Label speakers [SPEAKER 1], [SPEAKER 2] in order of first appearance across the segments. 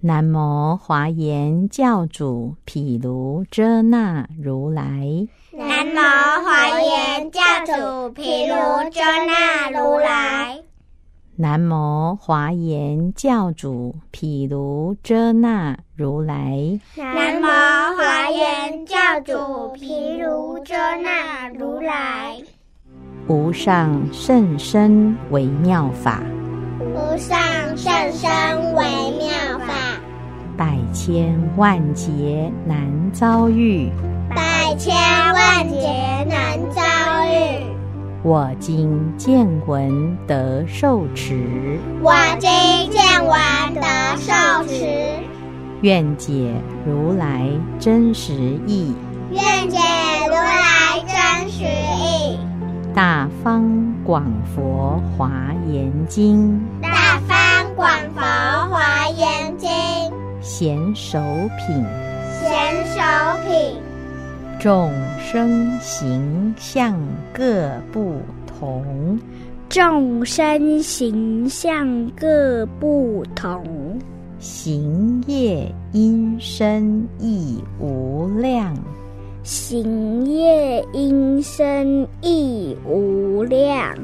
[SPEAKER 1] 南无华严教主毗卢遮那如来，
[SPEAKER 2] 南无华严教主毗卢遮那如来，
[SPEAKER 1] 南无华严教主毗卢遮那如来，
[SPEAKER 2] 南无华严教主毗卢遮那如来，
[SPEAKER 1] 无上甚深微妙法，
[SPEAKER 2] 无上甚深微妙法，
[SPEAKER 1] 百千万劫难遭遇。
[SPEAKER 2] 百千万劫难遭遇。
[SPEAKER 1] 我今见闻得受持，
[SPEAKER 2] 我今见闻得受持，
[SPEAKER 1] 愿解如来真实义，
[SPEAKER 2] 愿解如来真实义。
[SPEAKER 1] 大方广佛华严经，
[SPEAKER 2] 大方广佛华严经，
[SPEAKER 1] 贤首品，
[SPEAKER 2] 贤首品，
[SPEAKER 1] 众生形象各不同，
[SPEAKER 3] 众生形象各不同，
[SPEAKER 1] 行业因身亦无量，
[SPEAKER 3] 行业因身亦无量，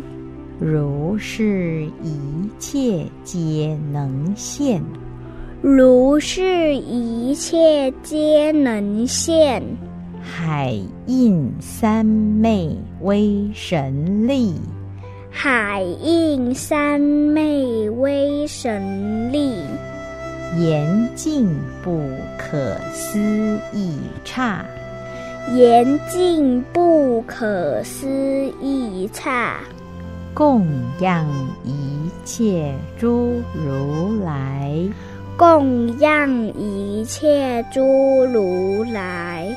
[SPEAKER 1] 如是一切皆能现。
[SPEAKER 3] 如是一切皆能现。
[SPEAKER 1] 海印三昧威神力，
[SPEAKER 3] 海印三昧威神力，
[SPEAKER 1] 严禁不可思议刹，
[SPEAKER 3] 严禁不可思议刹，
[SPEAKER 1] 供养一切诸如来。
[SPEAKER 3] 供养一切诸如来。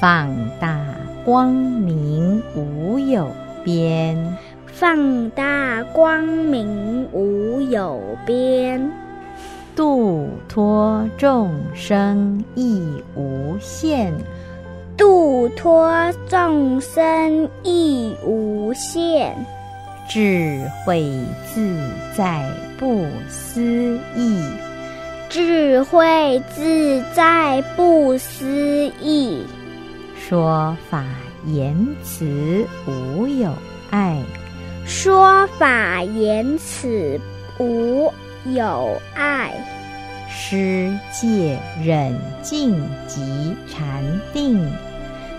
[SPEAKER 1] 放大光明无有边，
[SPEAKER 3] 放大光明无有边，
[SPEAKER 1] 度脱众生亦无限。
[SPEAKER 3] 度脱众生亦无限，
[SPEAKER 1] 智慧自在不思议，
[SPEAKER 3] 智慧自在不思议，
[SPEAKER 1] 说法言辞无有碍，
[SPEAKER 3] 说法言辞无有碍，
[SPEAKER 1] 施戒忍静及禅定，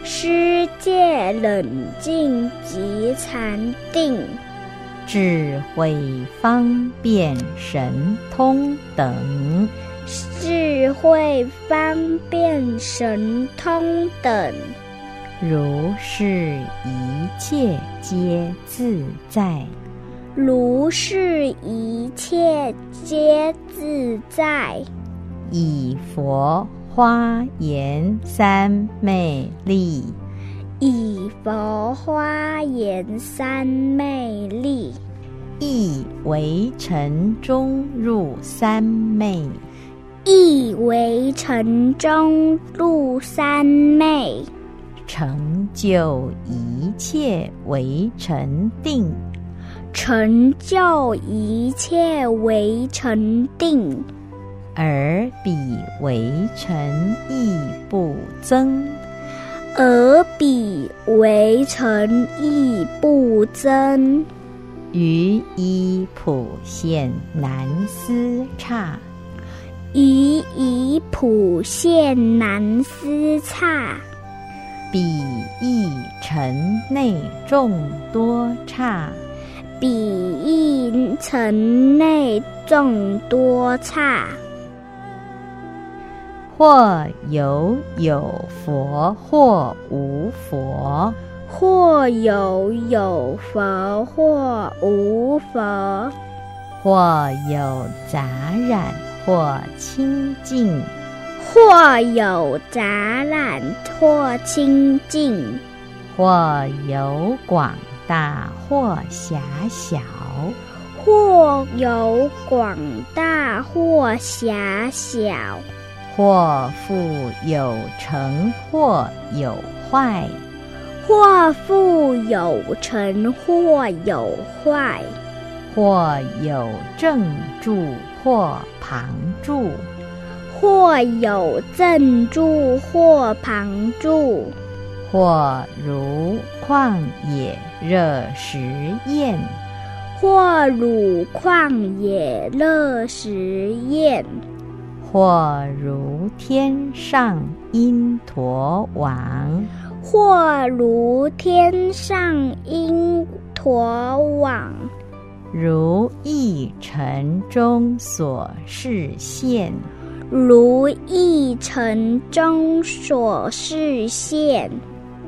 [SPEAKER 3] 施戒冷静及禅定，
[SPEAKER 1] 智慧方便神通等。
[SPEAKER 3] 智慧方便神通等，
[SPEAKER 1] 如是一切皆自在，
[SPEAKER 3] 如是一切皆自在。
[SPEAKER 1] 以佛花言三昧力，
[SPEAKER 3] 以佛花言三昧力，
[SPEAKER 1] 意为尘中入三昧，
[SPEAKER 3] 意为城中入三昧，
[SPEAKER 1] 成就一切为尘定。
[SPEAKER 3] 成就一切为成定，
[SPEAKER 1] 而彼为尘亦不增，
[SPEAKER 3] 而彼为成亦不增。
[SPEAKER 1] 于一普现难思刹，
[SPEAKER 3] 以以普现难思刹，
[SPEAKER 1] 彼亦尘内众多刹。
[SPEAKER 3] 彼亦城内众多刹。
[SPEAKER 1] 或有有佛，或无佛，
[SPEAKER 3] 或有有佛，或无佛；
[SPEAKER 1] 或有杂染，或清净，
[SPEAKER 3] 或有杂染，或清净，
[SPEAKER 1] 或有广大，或狭小，
[SPEAKER 3] 或有广大，或狭小，
[SPEAKER 1] 或富有成，或有坏，
[SPEAKER 3] 或富有成，或有坏，
[SPEAKER 1] 或有正住，或旁住，
[SPEAKER 3] 或有正住，或旁住，
[SPEAKER 1] 或如旷野热食宴，
[SPEAKER 3] 或乳旷野乐食宴，
[SPEAKER 1] 或如天上因陀王，
[SPEAKER 3] 或如天上因陀网，
[SPEAKER 1] 如一尘中所示现。
[SPEAKER 3] 如一城中所示现，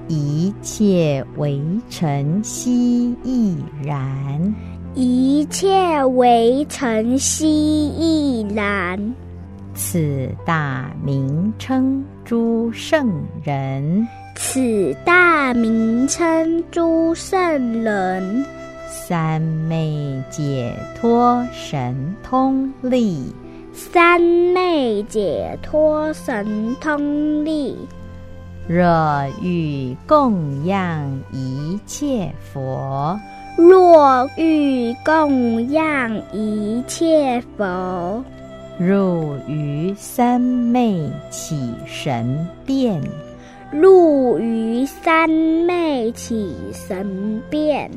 [SPEAKER 1] 一切为尘悉亦然，
[SPEAKER 3] 一切为尘悉亦然。
[SPEAKER 1] 此大名称诸圣人，
[SPEAKER 3] 此大名称诸圣人，
[SPEAKER 1] 三昧解脱神通力，
[SPEAKER 3] 三昧解脱神通力。
[SPEAKER 1] 若欲供养一切佛，
[SPEAKER 3] 若欲供养一切佛，
[SPEAKER 1] 入于三昧起神变，
[SPEAKER 3] 入于三昧起神变，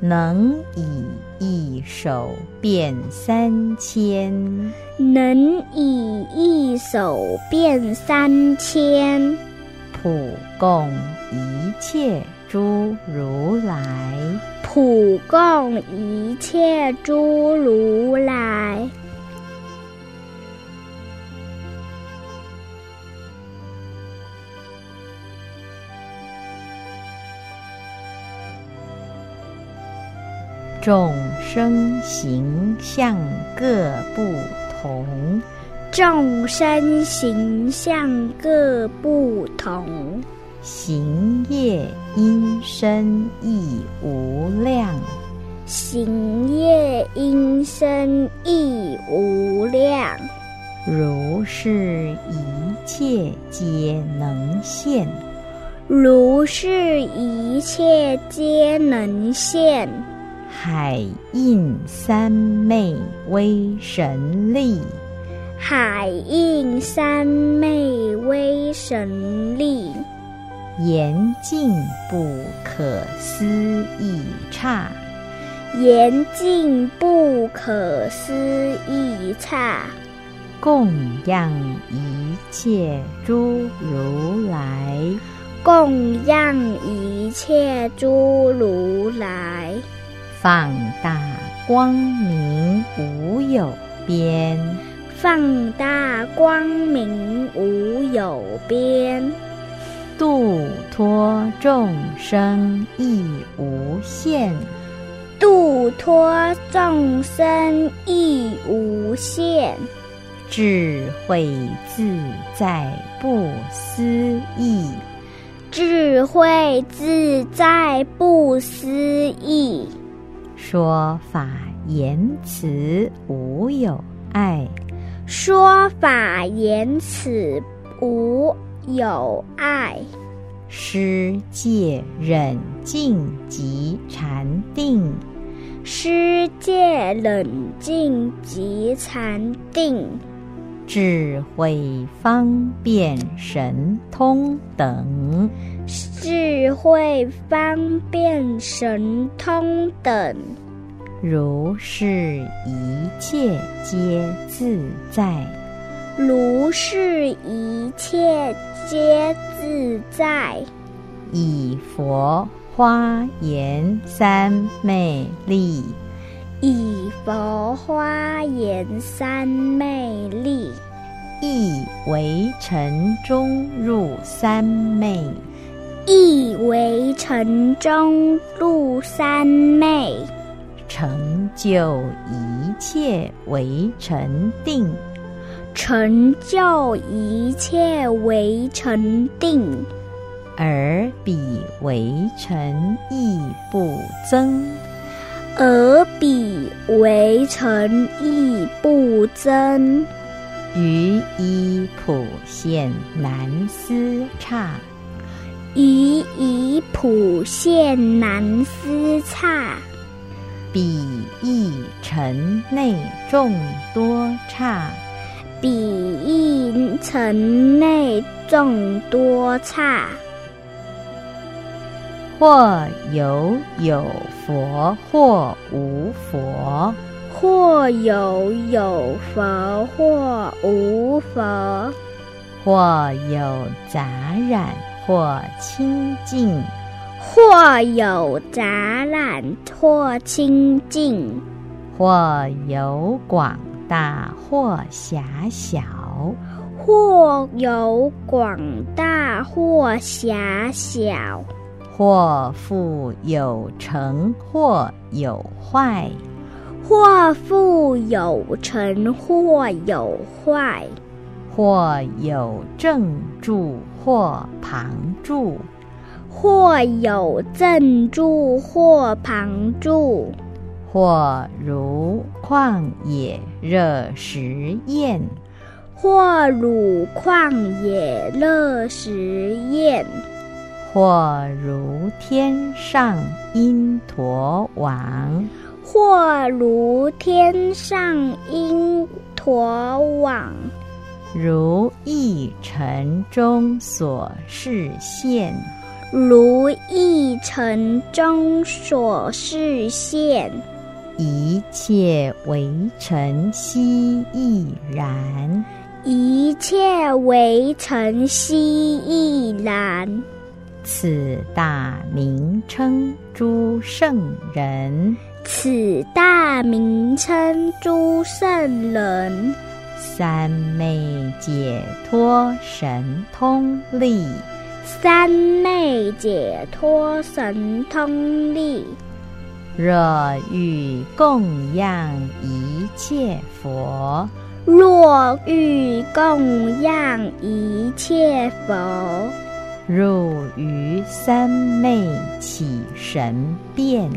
[SPEAKER 1] 能以一手变三千。
[SPEAKER 3] 能以一手变三千，
[SPEAKER 1] 普供一切诸如来，
[SPEAKER 3] 普供一切诸如来。
[SPEAKER 1] 众生形象各不同，
[SPEAKER 3] 众生形象各不同，
[SPEAKER 1] 行业因身亦无量，
[SPEAKER 3] 行业因身亦无量，
[SPEAKER 1] 如是一切皆能现，
[SPEAKER 3] 如是一切皆能现。
[SPEAKER 1] 海印三昧威神力，
[SPEAKER 3] 海印三昧威神力，
[SPEAKER 1] 严净不可思议刹。
[SPEAKER 3] 严净不可思议刹，
[SPEAKER 1] 供养一切诸如来，
[SPEAKER 3] 供养一切诸如来，
[SPEAKER 1] 放大光明无有边，
[SPEAKER 3] 放大光明无有边，
[SPEAKER 1] 度脱众生亦无限。
[SPEAKER 3] 度脱众生亦无限，
[SPEAKER 1] 智慧自在不思议，
[SPEAKER 3] 智慧自在不思议，
[SPEAKER 1] 说法言辞无有碍，
[SPEAKER 3] 说法言辞无有碍。
[SPEAKER 1] 施戒忍静及禅定，
[SPEAKER 3] 师戒冷静及禅定，
[SPEAKER 1] 智慧方便神通等，
[SPEAKER 3] 智慧方便神通等，
[SPEAKER 1] 如是一切皆自在。
[SPEAKER 3] 如是一切皆自在。
[SPEAKER 1] 以佛花言三昧力，
[SPEAKER 3] 以佛花言三昧力，
[SPEAKER 1] 亦为尘中入三昧，
[SPEAKER 3] 亦为城中入三昧，
[SPEAKER 1] 成就一切为尘定。
[SPEAKER 3] 成就一切为成定，
[SPEAKER 1] 而彼为诚亦不增。
[SPEAKER 3] 而彼为诚亦不增。
[SPEAKER 1] 于一普现难思刹，
[SPEAKER 3] 于以普现难思刹，
[SPEAKER 1] 彼亦城内众多刹。
[SPEAKER 3] 彼亦城内众多刹。
[SPEAKER 1] 或有有佛，或无佛。
[SPEAKER 3] 或有有佛，或无佛；
[SPEAKER 1] 或有杂染，或清净，
[SPEAKER 3] 或有杂染，或清净；
[SPEAKER 1] 或有广大，或狭小，
[SPEAKER 3] 或有广大，或狭小；
[SPEAKER 1] 或富有成，或有坏，
[SPEAKER 3] 或富有成，或有坏；
[SPEAKER 1] 或有正住，或旁住，
[SPEAKER 3] 或有正住，或旁住；
[SPEAKER 1] 或如旷野热食宴，
[SPEAKER 3] 或乳旷野乐食宴。
[SPEAKER 1] 或如天上因陀王。
[SPEAKER 3] 或如天上因陀网，
[SPEAKER 1] 如一尘中所示现，
[SPEAKER 3] 如一尘中所示现，
[SPEAKER 1] 一切为尘悉亦然。
[SPEAKER 3] 一切为尘悉亦然。
[SPEAKER 1] 此大名称诸圣人，
[SPEAKER 3] 此大名称诸圣人，
[SPEAKER 1] 三昧解脱神通力，
[SPEAKER 3] 三昧解脱神通力。
[SPEAKER 1] 若欲供养一切佛，
[SPEAKER 3] 若欲供养一切佛，
[SPEAKER 1] 入于三昧起神变。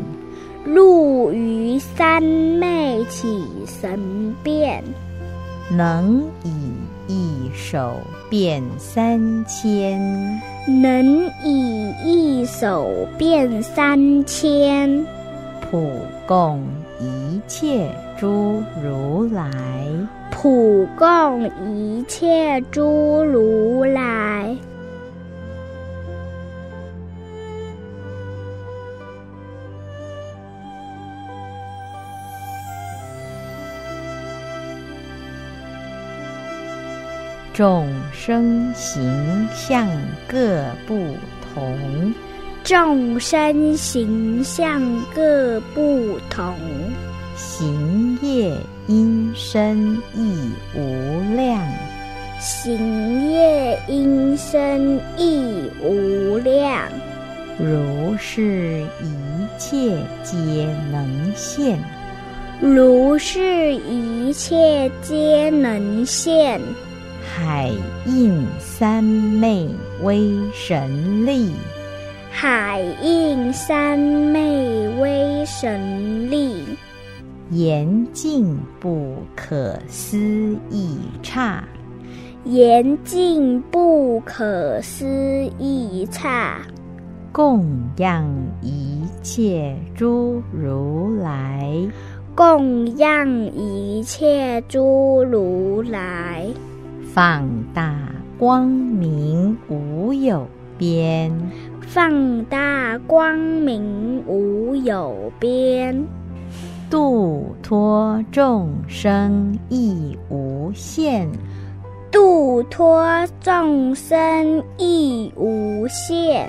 [SPEAKER 3] 入于三昧起神变，
[SPEAKER 1] 能以一手变三千，
[SPEAKER 3] 能以一手变三千，
[SPEAKER 1] 普供一切诸如来。
[SPEAKER 3] 普供一切诸如来。
[SPEAKER 1] 众生形象各不同，
[SPEAKER 3] 众生形象各不同，
[SPEAKER 1] 行业因身亦无量。
[SPEAKER 3] 行业因身亦无量。
[SPEAKER 1] 如是一切皆能现，
[SPEAKER 3] 如是一切皆能现，
[SPEAKER 1] 海印三昧威神力，
[SPEAKER 3] 海印三昧威神力，
[SPEAKER 1] 严净不可思议刹。
[SPEAKER 3] 严净不可思议刹，
[SPEAKER 1] 供养一切诸如来，
[SPEAKER 3] 供养一切诸如来，
[SPEAKER 1] 放大光明无有边，
[SPEAKER 3] 放大光明无有边，
[SPEAKER 1] 度脱众生亦无限。
[SPEAKER 3] 度脱众生亦无限，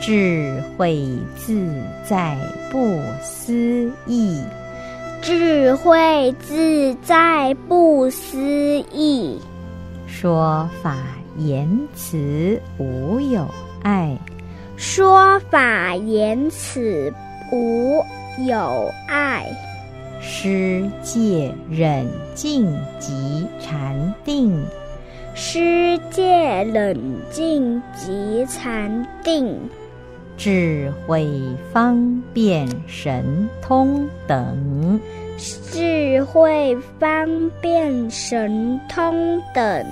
[SPEAKER 1] 智慧自在不思议，
[SPEAKER 3] 智慧自在不思议。
[SPEAKER 1] 说法言辞无有碍，
[SPEAKER 3] 说法言辞无有碍，
[SPEAKER 1] 施戒忍静及禅定，
[SPEAKER 3] 施戒冷静及禅定，
[SPEAKER 1] 智慧方便神通等。
[SPEAKER 3] 智慧方便神通等。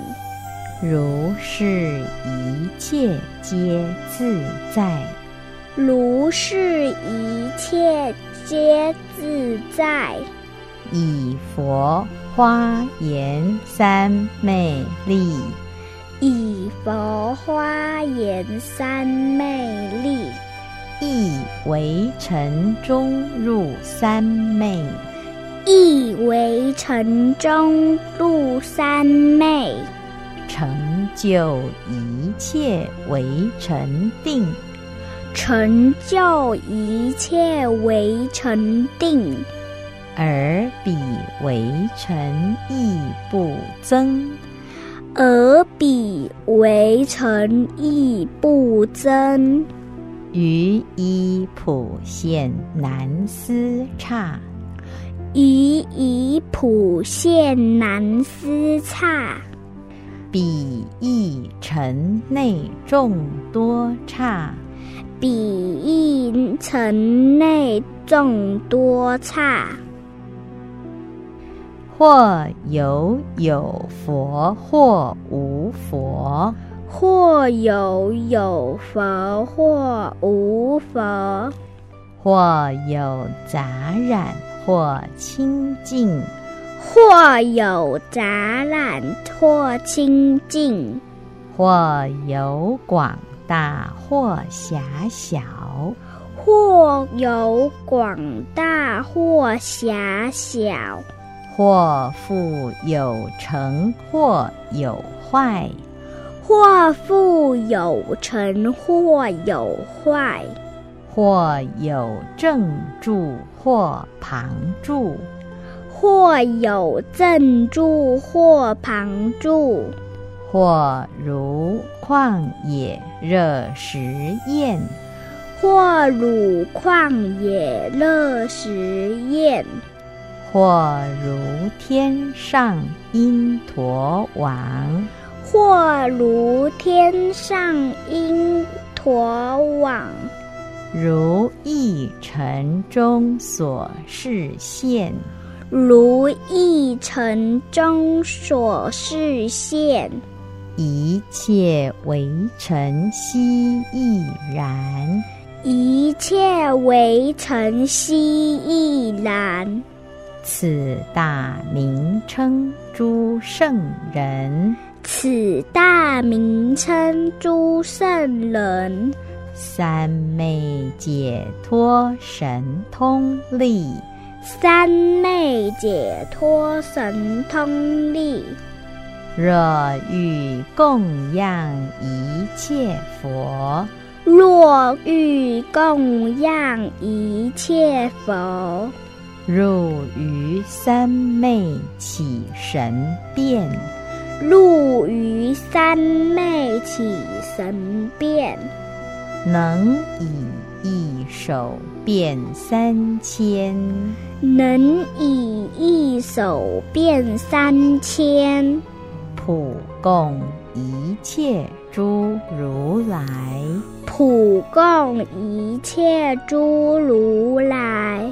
[SPEAKER 1] 如是一切皆自在，
[SPEAKER 3] 如是一切皆自在。
[SPEAKER 1] 以佛花严三昧力，
[SPEAKER 3] 以佛花言三昧力，
[SPEAKER 1] 意为尘中入三昧，
[SPEAKER 3] 意为城中入三昧，
[SPEAKER 1] 成就一切为尘定。
[SPEAKER 3] 成就一切为成定。
[SPEAKER 1] 而彼为尘亦不增，
[SPEAKER 3] 而彼为诚亦不增，
[SPEAKER 1] 于一普现难思差，
[SPEAKER 3] 以以普现难思差，
[SPEAKER 1] 彼亦尘内众多差，
[SPEAKER 3] 彼亦城内众多差。
[SPEAKER 1] 或有有佛，或无佛，
[SPEAKER 3] 或有有佛，或无佛，
[SPEAKER 1] 或有杂染，或清净，
[SPEAKER 3] 或有杂染，或清净，
[SPEAKER 1] 或有广大，或狭小，
[SPEAKER 3] 或有广大，或狭小。
[SPEAKER 1] 或富有成，或有坏，
[SPEAKER 3] 或富有成，或有坏，
[SPEAKER 1] 或有正住，或旁住，
[SPEAKER 3] 或有正住，或旁住，
[SPEAKER 1] 或如旷野热食宴，
[SPEAKER 3] 或乳旷野乐食宴，
[SPEAKER 1] 或如天上因陀王，
[SPEAKER 3] 或如天上因陀网，
[SPEAKER 1] 如一尘中所示现，
[SPEAKER 3] 如一城中所示现，
[SPEAKER 1] 一切为尘悉亦然。
[SPEAKER 3] 一切为尘悉亦然。
[SPEAKER 1] 此大名称诸圣人，
[SPEAKER 3] 此大名称诸圣人，
[SPEAKER 1] 三昧解脱神通力，
[SPEAKER 3] 三昧解脱神通力。
[SPEAKER 1] 若欲供养一切佛，
[SPEAKER 3] 若欲供养一切佛，
[SPEAKER 1] 入于三昧起神变，
[SPEAKER 3] 入于三昧起神变，
[SPEAKER 1] 能以一手变三千，
[SPEAKER 3] 能以一手变三千，
[SPEAKER 1] 普供一切诸如来。
[SPEAKER 3] 普供一切诸如来。